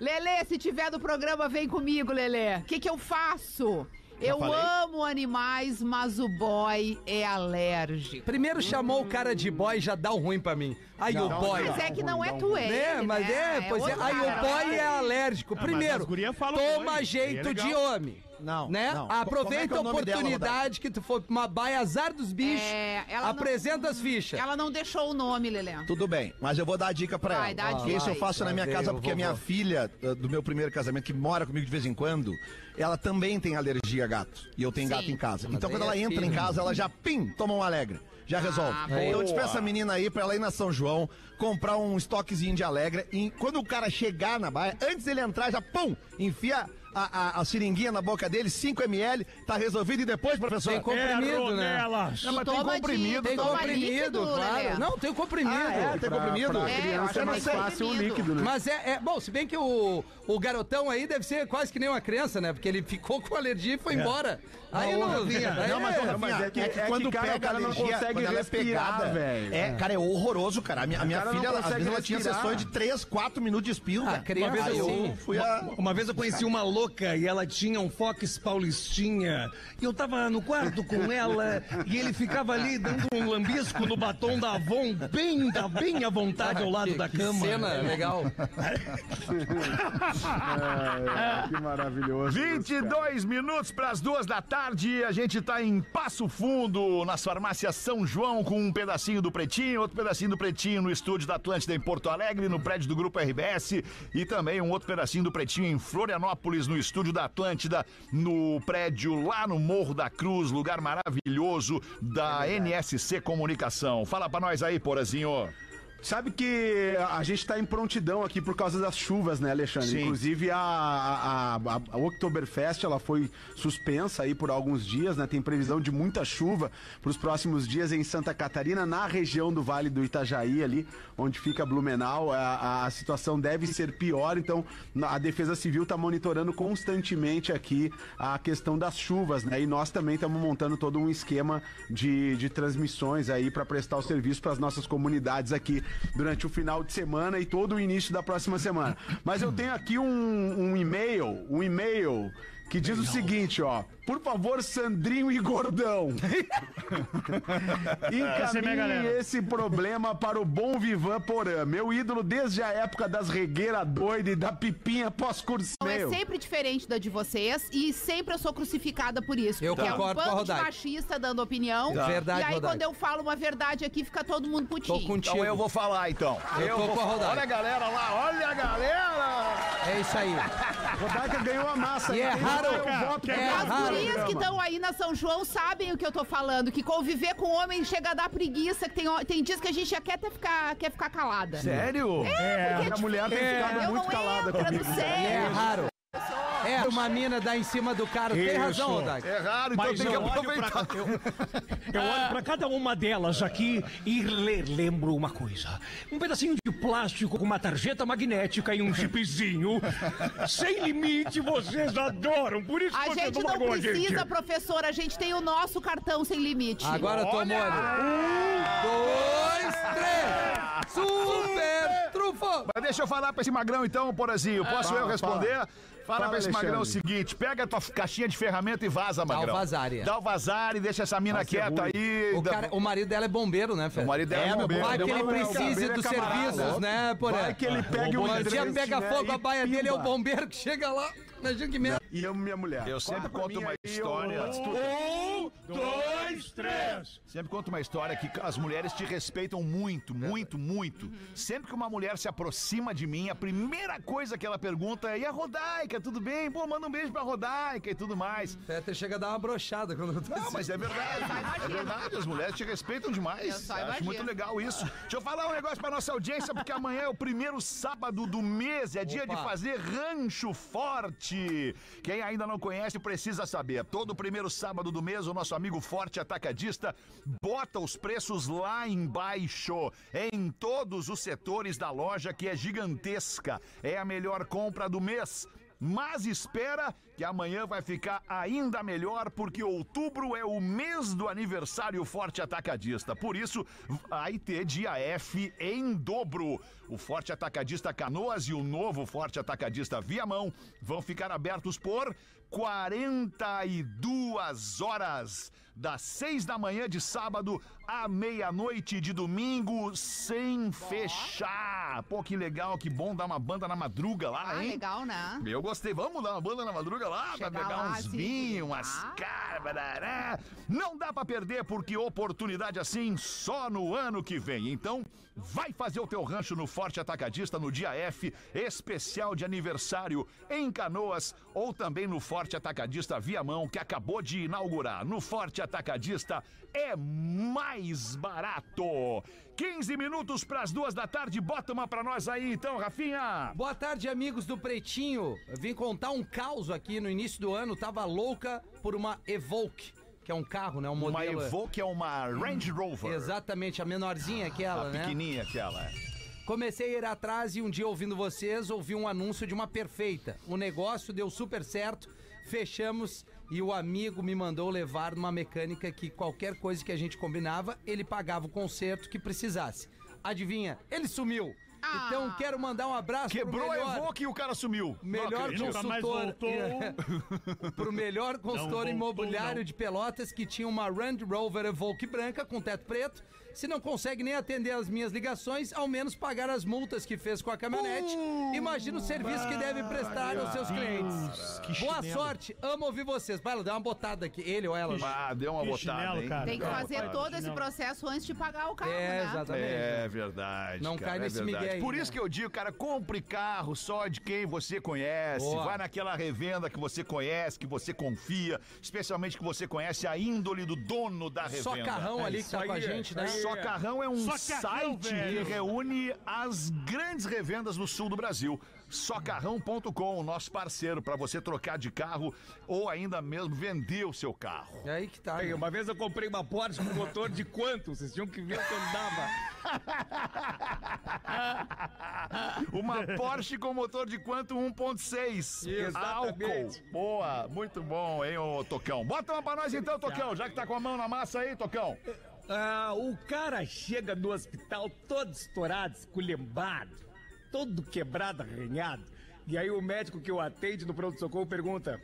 Lelê, se tiver no programa, vem comigo, Lelê. O que, que eu faço? eu amo animais, mas o boy é alérgico.
Primeiro chamou o cara de boy, já dá um ruim pra mim. Aí o boy.
Mas é que não é tu, é.
Né?
ele,
Mas
né?
é, pois é.
outro
Aí o
cara. né?
boy é
Ah,
alérgico.
mas
Primeiro,
as gurias falam
toma
boy,
jeito
é legal.
de homem.
Não,
Né?
não.
Aproveita
Como é que é o
a
nome dela,
oportunidade que tu for pra uma baia azar dos bichos.
É, ela não-
apresenta as fichas.
Ela não deixou o nome, Lelê.
Tudo bem, mas eu vou dar a dica pra
Vai, dá a
ela. Porque
dica
isso eu
aí.
faço na
Lá
minha
vem
casa,
o
porque a minha
vovô.
filha eh, do meu primeiro casamento, que mora comigo de vez em quando, ela também tem alergia a gato. E eu tenho
Sim.
gato em casa. então
aí
quando
é
ela entra
filho,
em
né?
casa, ela já pim, toma um alegre. Já
Ah,
resolve. então eu te peço a menina aí pra ela ir na São João, comprar um estoquezinho de alegre. E quando o cara chegar na baia, antes dele entrar, já pum, enfia a, a- a seringuinha na boca dele, 5ml, tá resolvido e depois, professor?
Tem
É,
comprimido, né?
Rodelas.
Não, mas tem
Toma de-
comprimido.
Tem
Toma
comprimido,
líquido, Lelê.
claro. Não, tem comprimido.
Ah, é? Tem comprimido?
Pra
É, eu acho
criança é
que
mais
tem
fácil
um
o
comprimido.
líquido, né?
Mas é, é- Bom, se bem que o, o garotão aí deve ser quase que nem uma criança, né? Porque ele ficou com alergia e foi embora. Aí não.
Rafinha,
aí
É. não, mas, ô,
é-
Rafinha,
mas
é que, quando
cara,
pega
o cara não
alergia,
consegue
quando ela é
respirar,
pegada,
velho.
É, cara, é horroroso, cara. A minha, a minha
cara não
filha, ela- às
consegue
vezes, ela tinha
respirar.
sessões de 3, 4 minutos de espirro,
Ah,
cara.
criança,
Aí
sim.
eu fui a...
Uma vez eu conheci uma louca e ela tinha um Fox Paulistinha. E eu tava no quarto com ela e ele ficava ali dando um lambisco no batom da Avon, bem, da- bem à vontade ao lado
que-
da
que
cama.
cena legal.
Ai, ai, que maravilhoso.
22 minutos para as duas da tarde, a gente tá em Passo Fundo, nas farmácias São João, com um pedacinho do Pretinho, outro pedacinho do Pretinho no estúdio da Atlântida em Porto Alegre, no prédio do Grupo RBS, e também um outro pedacinho do Pretinho em Florianópolis, no estúdio da Atlântida, no prédio lá no Morro da Cruz, lugar maravilhoso da NSC Comunicação. Fala para nós aí, Porazinho.
Sabe que a gente tá em prontidão aqui por causa das chuvas, né, Alexandre?
Sim.
Inclusive a, a, a- a Oktoberfest, ela foi suspensa aí por alguns dias, né? Tem previsão de muita chuva para os próximos dias em Santa Catarina, na região do Vale do Itajaí ali, onde fica Blumenau. A, a- a situação deve ser pior, então na- a Defesa Civil tá monitorando constantemente aqui a questão das chuvas, né? E nós também estamos montando todo um esquema de, de transmissões aí para prestar o serviço para as nossas comunidades aqui durante o final de semana e todo o início da próxima semana. Mas eu tenho aqui um, um e-mail, um e-mail que diz o seguinte, ó. Por favor, Sandrinho e Gordão.
Essa é minha
Encaminhe
galera.
esse problema para o bom Vivan Porã, meu ídolo desde a época das regueiras doidas e da pipinha
Então, é
pós-cursinho.
sempre diferente da de vocês e sempre eu sou crucificada por isso.
Eu
porque
concordo com
é
a
um bando de
Rodaica.
machista dando opinião.
Tá. Verdade,
e aí,
Rodaica.
quando eu falo uma verdade aqui, fica todo mundo putinho.
Tô contigo.
Então eu vou falar então.
Eu tô com a
falar.
Rodaica.
Olha a galera lá, olha a galera!
É isso aí.
Rodaica ganhou a massa.
E é
Quem
raro-
deu o voto
é
ganhou o
As
raro.
programa.
gurias que estão aí na São João sabem o que eu tô falando, que conviver com homem chega a dar preguiça, que tem, ho- tem dias que a gente já quer até ficar, quer ficar calada.
Sério? É,
porque
a mulher tem
difícil.
ficado
Eu
muito
não
calada
entra
comigo.
no
E é
sério.
raro. É uma mina dar em cima do cara. Tem razão, Rodak.
É raro, então
Mas
tem que
eu olho,
aproveitar.
pra, eu, eu olho pra cada uma delas aqui e le- lembro uma coisa. Um pedacinho de plástico com uma tarjeta magnética e um chipzinho. Sem limite, vocês adoram. Por isso que
A
vocês
gente não
largam a gente.
precisa, professora, a gente tem o nosso cartão sem limite.
Agora tomou. Um, dois, três. Super trufo.
Mas deixa eu falar pra esse magrão então, Porazinho. Posso eu responder? Fala, pra
Fala,
esse magrão o
Alexandre.
seguinte: pega a tua caixinha de ferramenta e vaza, magrão.
o vazare.
Dá o vazar e deixa essa mina
Vai ser
quieta
ruim.
aí.
O,
Da-
cara- o marido dela é bombeiro, né, Fê?
O marido dela é, bombeiro.
Vai que ele
Não, não, não.
precise
Bombeiro é
dos
camarada,
serviços,
louco.
né, Porã?
Vai que ele pegue um
O dia
hidrante,
pega
né,
fogo,
e
a baia dele é o
pimba.
bombeiro que chega lá. Imagina que merda.
E eu, minha mulher.
Eu sempre
Conta pra
conto
mim
uma
aí,
história.
ô-
Um, dois, três.
Sempre conto uma história que as mulheres te respeitam muito, muito, muito. Sempre que uma mulher se aproxima de mim, a primeira coisa que ela pergunta é: e a Rodaica, tudo bem? Pô, manda um beijo pra Rodaica e tudo mais.
Até chega a dar uma brochada quando eu tô
Não, mas é verdade. É verdade, as mulheres te respeitam demais.
Eu só
Acho
imagino.
muito legal isso. Deixa eu falar um negócio pra nossa audiência, porque amanhã é o primeiro sábado do mês, é dia de
Opa.
fazer rancho forte. Quem ainda não conhece precisa saber. Todo primeiro sábado do mês, o nosso amigo Forte Atacadista bota os preços lá embaixo, em todos os setores da loja, que é gigantesca. É a melhor compra do mês. Mas espera que amanhã vai ficar ainda melhor, porque outubro é o mês do aniversário Forte Atacadista. Por isso, vai ter dia F em dobro. O Forte Atacadista Canoas e o novo Forte Atacadista Viamão vão ficar abertos por 42 horas. Das 6 da manhã de sábado à meia-noite de domingo, sem fechar. Pô, que legal, que bom dar uma banda na madruga lá,
Ah,
hein?
legal, né?
Eu gostei. Vamos dar uma banda na madruga lá pra
Chegar
pegar
lá,
uns
se
vinhos, umas
ligar.
caras. Não dá pra perder, porque oportunidade assim só no ano que vem. Então, vai fazer o teu rancho no Forte Atacadista no dia F, especial de aniversário em Canoas ou também no Forte Atacadista Viamão, que acabou de inaugurar. No Forte Atacadista é mais barato. 15 minutos para as duas da tarde, bota uma para nós aí então, Rafinha.
Boa tarde, amigos do Pretinho. Eu Vim contar um caos aqui no início do ano. Tava louca por uma Evoque, que é um carro, né? Um
Uma
modelo.
Evoque é uma Range Rover.
Exatamente, a menorzinha que ela,
A
né?
pequenininha aquela.
Comecei a ir atrás e um dia ouvindo vocês, ouvi um anúncio de uma perfeita. O negócio deu super certo, fechamos e o amigo me mandou levar numa mecânica que qualquer coisa que a gente combinava, ele pagava o conserto que precisasse. Adivinha? Ele sumiu.
Ah.
Então quero mandar um abraço
Quebrou
pro
a
melhor,
Evoque e o cara sumiu. Não
melhor
acredito.
Nunca mais
consultor
voltou.
pro melhor consultor
voltou,
imobiliário
não.
de Pelotas que tinha uma Land Rover Evoque branca com teto preto. Se não consegue nem atender as minhas ligações, ao menos pagar as multas que fez com a caminhonete.
Uh,
Imagina o serviço que deve prestar aos seus clientes. Boa sorte, amo ouvir vocês. Vai, dá uma botada aqui, ele ou ela. né?
Ah, deu uma
Que
botada,
chinelo,
hein?
Ah,
cara.
Tem que
Não,
fazer
cara,
todo esse
chinelo.
processo antes de pagar o carro,
É,
né?
exatamente.
É verdade.
Não
cara,
cai
é
nesse
verdade.
migué aí,
Por
né?
isso que eu digo, cara, compre carro só de quem você conhece.
Boa.
Vai naquela revenda que você conhece, que você confia, especialmente que você conhece a índole do dono da revenda.
Só
É
carrão ali que tá com a gente, né?
Só Carrão é um
Só Carrão,
site
velho.
que reúne as grandes revendas do sul do Brasil. Socarrão.com, nosso parceiro, para você trocar de carro ou ainda mesmo vender o seu carro.
É aí que tá.
Aí,
né?
Uma vez eu comprei uma Porsche com motor de quanto? Vocês tinham que ver quanto dava.
Uma Porsche com motor de quanto? 1.6.
Exatamente.
Álcool. Boa, muito bom, hein, ô Tocão. Bota uma pra nós então, Tocão, já que tá com a mão na massa aí, Tocão.
Ah, o cara chega no hospital todo estourado, esculhambado, todo quebrado, arranhado. E aí o médico que o atende no pronto-socorro pergunta: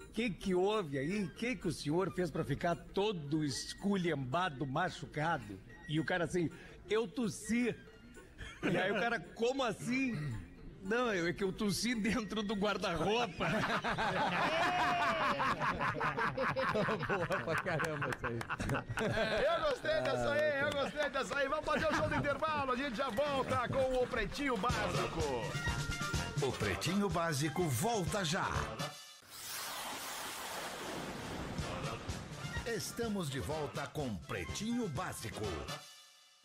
O que que houve aí? O que que o senhor fez pra ficar todo esculhambado, machucado? E o cara assim: Eu tossi. E aí o cara, como assim? Não, eu- é que eu tossi dentro do guarda-roupa.
Boa pra caramba isso aí.
Eu
Ah,
gostei dessa aí, eu gostei dessa aí. Vamos fazer o show do intervalo, a gente já volta com o Pretinho Básico.
O Pretinho Básico volta já. Estamos de volta com Pretinho Básico.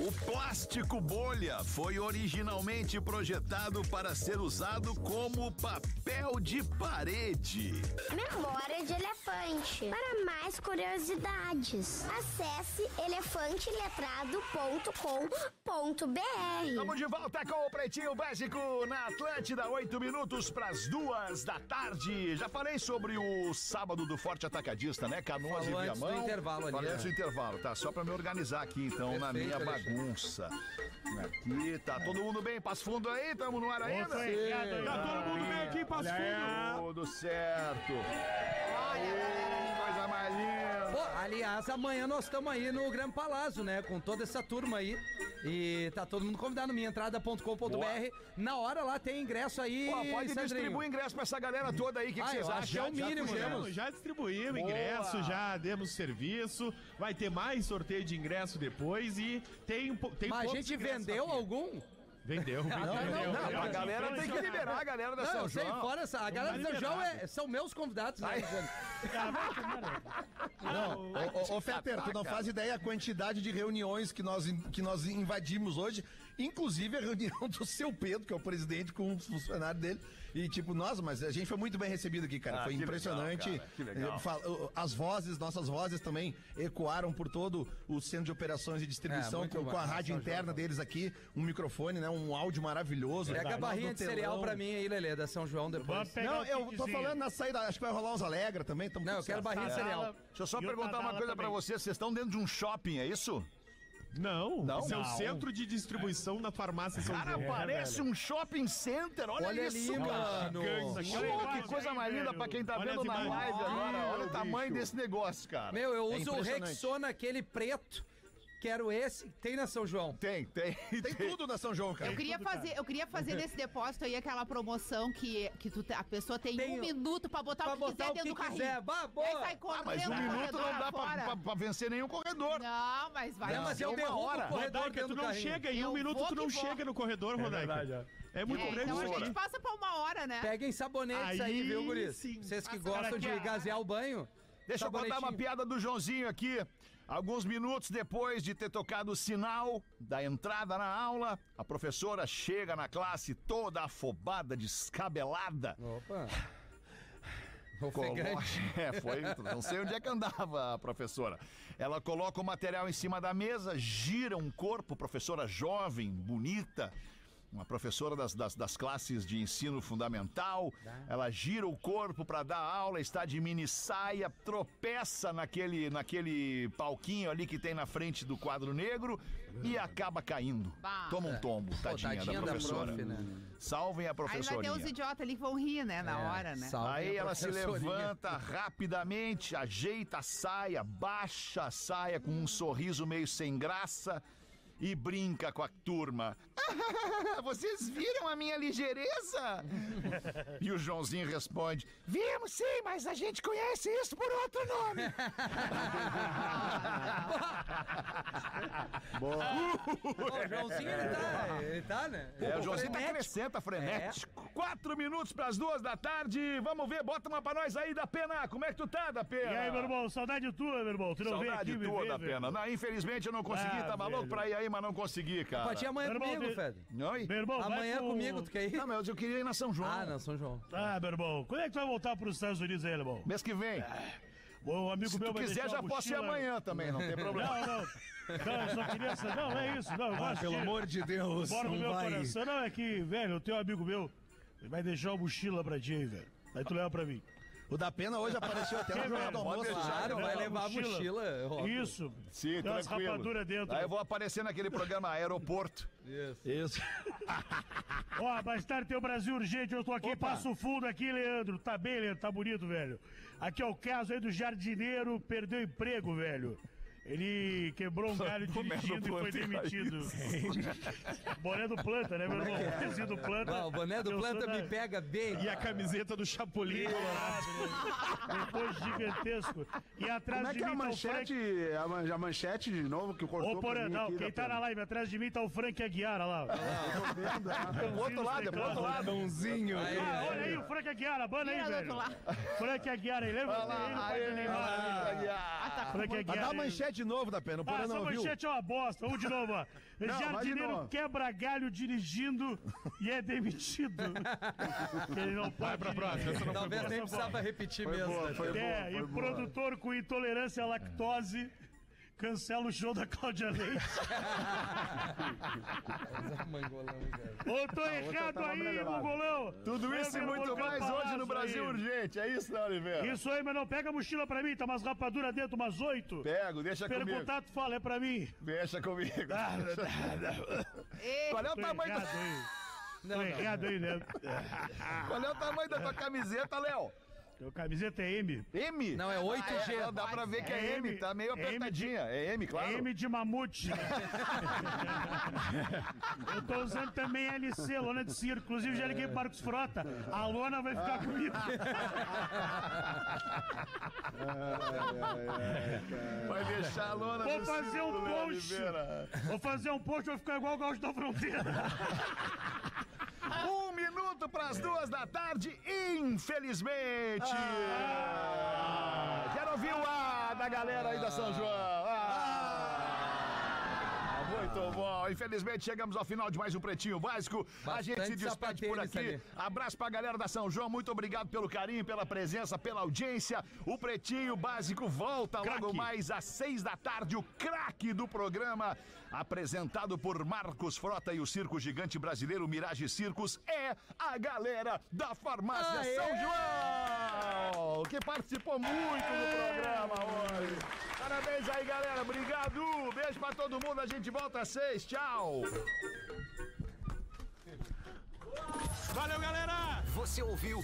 O plástico bolha foi originalmente projetado para ser usado como papel de parede.
Memória de elefante. Para mais curiosidades, acesse elefanteletrado.com.br.
Estamos de volta com o Pretinho Básico na Atlântida, 8 minutos para as duas da tarde. Já falei sobre o sábado do Forte Atacadista, né? Canoas
Falou
e
antes do
Viamão.
intervalo ali,
Falei
né?
antes do intervalo, tá? Só para me organizar aqui, então, na minha
Perfeito, Alexandre.
bagunça. Aqui, tá todo mundo bem? Passo fundo aí, tamo no ar ainda? Tá todo mundo bem aqui, passo fundo? Tudo certo. Aê, coisa mais linda.
Pô, aliás, amanhã nós estamos aí no Gran Palazzo, né? Com toda essa turma aí. E tá todo mundo convidado no minhaentrada.com.br. Na hora lá tem ingresso aí.
Pô, pode
Sandrinho.
distribuir ingresso pra essa galera toda aí, o que, que
Ah,
vocês
eu acho que é
acham?
o mínimo, né?
Já, já distribuímos ingresso, já demos serviço. Vai ter mais sorteio de ingresso depois e tem um po- tem
Mas a
poucos
gente
ingressos,
vendeu
sabia?
algum?
Vendeu, vendeu. vendeu.
Não, a
vendeu.
galera tem que liberar a galera da
Não,
São
eu sei,
João.
fora essa. A galera do São João
liberado.
é- são meus convidados, né? Alexandre?
Não, ô, ô, ô Fetter, tu não faz ideia a quantidade de reuniões que nós, in- que nós invadimos hoje, inclusive a reunião do seu Pedro, que é o presidente, com os funcionários dele. E tipo, nossa, mas a gente foi muito bem recebido aqui, cara.
Ah,
foi
que
impressionante.
legal, cara, que legal.
Eh, fal- o- As vozes, nossas vozes também ecoaram por todo o centro de operações e
É,
distribuição,
muito
com, com a
bacana,
rádio
São
interna deles aqui, um microfone, né? Um áudio maravilhoso.
Pega a
Nós
barrinha
no
de cereal
telão.
pra mim aí, Lelê, da São João
Vamos
depois.
pegar
Não,
o
eu tô
kitzinho.
falando na saída, acho que vai rolar uns Alegra também. tamo
Não,
tudo
eu quero
certo.
barrinha de cereal.
Tadala.
Deixa eu só
E o
perguntar uma
Tadala
coisa pra
também.
vocês. Vocês estão dentro de um shopping, é isso?
Não,
Não?
esse é o
Não.
centro de distribuição da farmácia São
Cara,
João.
parece um shopping center. Olha,
Olha
isso,
ali,
cara.
mano.
Olha que coisa mais linda pra quem tá vendo na live agora. Olha o tamanho desse negócio, cara.
Meu, eu
É
uso o
impressionante.
Rexona, aquele preto. Quero esse, tem na São João.
Tem, tem.
Tem tudo na São João, cara.
Eu queria, fazer, eu queria fazer nesse depósito aí aquela promoção que, que tu, te- a pessoa tem
Tem
um
o-
minuto pra botar
pra
o que
botar
quiser
o
dentro
que
do carrinho.
quiser. Bah, boa.
Aí sai correndo
Ah, mas um
no
minuto
corredor
não dá pra,
fora.
pra- pra vencer nenhum corredor.
Não, mas vai. um
Não, mas é
ser
eu
uma
derrubo
hora.
o corredor
Rodaica,
dentro
tu
do
não
carrinho.
chega em um
Eu
minuto,
vou
tu não
que vou.
chega no corredor, Rodaica. É muito grande
então
isso,
a gente
né?
passa pra uma hora, né?
Peguem sabonetes aí,
Aí
viu, guris?
sim.
Vocês que
As
gostam de
caraqueadas.
gazear o banho.
Deixa eu contar uma
sabonetinho.
piada do Joãozinho aqui. Alguns minutos depois de ter tocado o sinal da entrada na aula, a professora chega na classe toda afobada, descabelada.
Opa.
Colo-
Ofegante.
É, foi. Não sei onde é que andava a professora. Ela coloca o material em cima da mesa, gira um corpo, professora jovem, bonita. Uma professora das, das, das classes de ensino fundamental. Ela gira o corpo para dar aula, está de mini saia, tropeça naquele, naquele palquinho ali que tem na frente do quadro negro e acaba caindo.
Bah.
Toma um tombo, tadinha,
tadinha
da
da
professora.
prof, né?
Salvem a
Aí vai ter
professorinha.
uns idiotas ali que vão rir, né? Na
É,
hora, né?
salve
Aí
a
ela se
professorinha.
levanta rapidamente, ajeita a saia, baixa a saia com um sorriso meio sem graça e brinca com a turma. Vocês viram a minha ligeireza? e o Joãozinho responde: Vimos sim, mas a gente conhece isso por outro nome.
Ô, o Joãozinho, ele tá, ele tá, né?
É, o Joãozinho tá crescendo, tá frenético. Quatro minutos pras duas da tarde. Vamos ver, bota uma pra nós aí da pena. Como é que tu tá, da
E
pena?
aí, meu irmão, saudade tua, meu irmão. Tu não veio
Saudade
aqui me
tua
ver,
da
velho.
pena. Não, infelizmente eu não consegui,
Ah,
tá maluco
velho.
pra ir aí, mas não consegui, cara.
Pode ir amanhã
Meu irmão,
comigo,
de-
Fed.
Oi?
Meu irmão, vai
Amanhã
pro-
comigo, tu quer ir?
Não, mas eu queria ir na São João.
Ah, não, São João.
Ah, meu irmão, quando é que tu vai voltar pros Estados Unidos aí, meu irmão?
Mês que vem.
Bom, um amigo
Se
É, meu
tu
vai
quiser,
deixar
já
uma
posso ir
mochila- né?
amanhã também, não tem
Não,
problema.
não. Não, eu só queria saber. Não, é isso. Não, eu
Ah,
gosto
pelo amor de Deus,
Bora no
não
meu
vai.
coração. Não, é que, velho, eu tenho um amigo meu. Ele vai deixar uma mochila pra ti aí, velho. Aí tu leva pra mim.
O da pena hoje apareceu até no
Que
Jornal
velho,
do Almoço.
pode
já.
deixar.
Claro,
Não,
Ah, vai
a
levar a mochila. Rob.
Isso.
Sim,
Tem umas
tranquilo.
rapaduras dentro. né?
Aí eu vou aparecer naquele programa Aeroporto.
Isso.
Ó, mais tarde tem o Brasil Urgente, eu tô aqui, passo fundo aqui, Leandro. Tá bem, Leandro, tá bonito, velho. Aqui é o caso aí do jardineiro, perdeu emprego, velho. Ele quebrou um galho dirigindo e foi demitido. Boné do planta, né, meu irmão? Bonézinho do planta.
Ah, o boné do
Eu sou
planta
da-
me pega bem.
E a camiseta do Chapolin Colorado. né?
Depois gigantesco. E atrás
Como é
de
que é a
mim tá o
manchete,
Frank...
a, man- a manchete de novo que cortou
Ô,
pra
Porã,
mim
não,
aqui
quem
da
tá na
pena?
live atrás de mim tá o Frank Aguiar, olha lá. um
Pro outro lado, é pro outro lado.
Adãozinho.
Aí,
Ah,
aí,
olha aí o Frank Aguiar, abana aí,
Vira do
velho.
outro lado.
Frank Aguiar aí, lembra? Ele não pode nem falar.
Ah, tá com
Frank
muito-
Mas
Aguiar.
dá a
aí.
manchete de novo da pena, o
Ah,
Porã
essa
não viu.
manchete é uma bosta. Vamos de novo, ó. Jardineiro
novo.
quebra galho dirigindo e é demitido. Que ele não pode. Vai
pra próxima, essa não foi
Talvez nem
precisava
precisava repetir mesmo. né?
Tá
É, e produtor com intolerância à lactose cancela o show da Cláudia Leite.
Mangolão, cara.
Ô, tô
Ah,
errado
tava
aí,
melhorada.
Mongolão.
Tudo
Ô,
isso e
meu
muito
Mongol
mais hoje no
Palazzo
Brasil
aí.
Urgente. É isso, né, Oliveira?
Isso aí, meu não pega a mochila pra mim, tá umas rapaduras dentro, umas oito.
Pego, deixa comigo.
Perguntar, tu fala, é pra mim.
Deixa comigo.
Ei,
Qual é o
Tô
tamanho
errado
da,
aí.
Não,
Tô
não.
errado aí, né?
qual é o tamanho da tua camiseta, Léo?
Teu camiseta é M.
M?
Não, é 8G.
Ah, dá pra ver que é
É
M,
M,
tá meio
é M de-
apertadinha. É M, claro.
É M de mamute. Eu tô usando também LC, lona de circo. Inclusive, já liguei pro Marcos Frota. A lona vai ficar comigo.
Vai deixar a lona
Vou
no
fazer
circo,
um
Léo
post.
Oliveira.
Vou fazer um post, vou ficar igual o Gaúcho da Fronteira.
Um minuto pras duas da tarde, infelizmente.
Ah!
Quero ouvir o A da galera aí da São João. Ah. Muito bom. Infelizmente, chegamos ao final de mais um Pretinho Básico. a
Bastante
gente se despede por
sapatênis
aqui.
ali.
Abraço pra galera da São João. Muito obrigado pelo carinho, pela presença, pela audiência. O Pretinho Básico volta logo mais às seis da tarde. O craque do programa, apresentado por Marcos Frota e o Circo Gigante Brasileiro Mirage Circos, é a galera da Farmácia
Aê!
São João, que participou muito do programa hoje. Parabéns aí, galera. Obrigado. Beijo pra todo mundo. A gente volta às seis. Tchau.
Você ouviu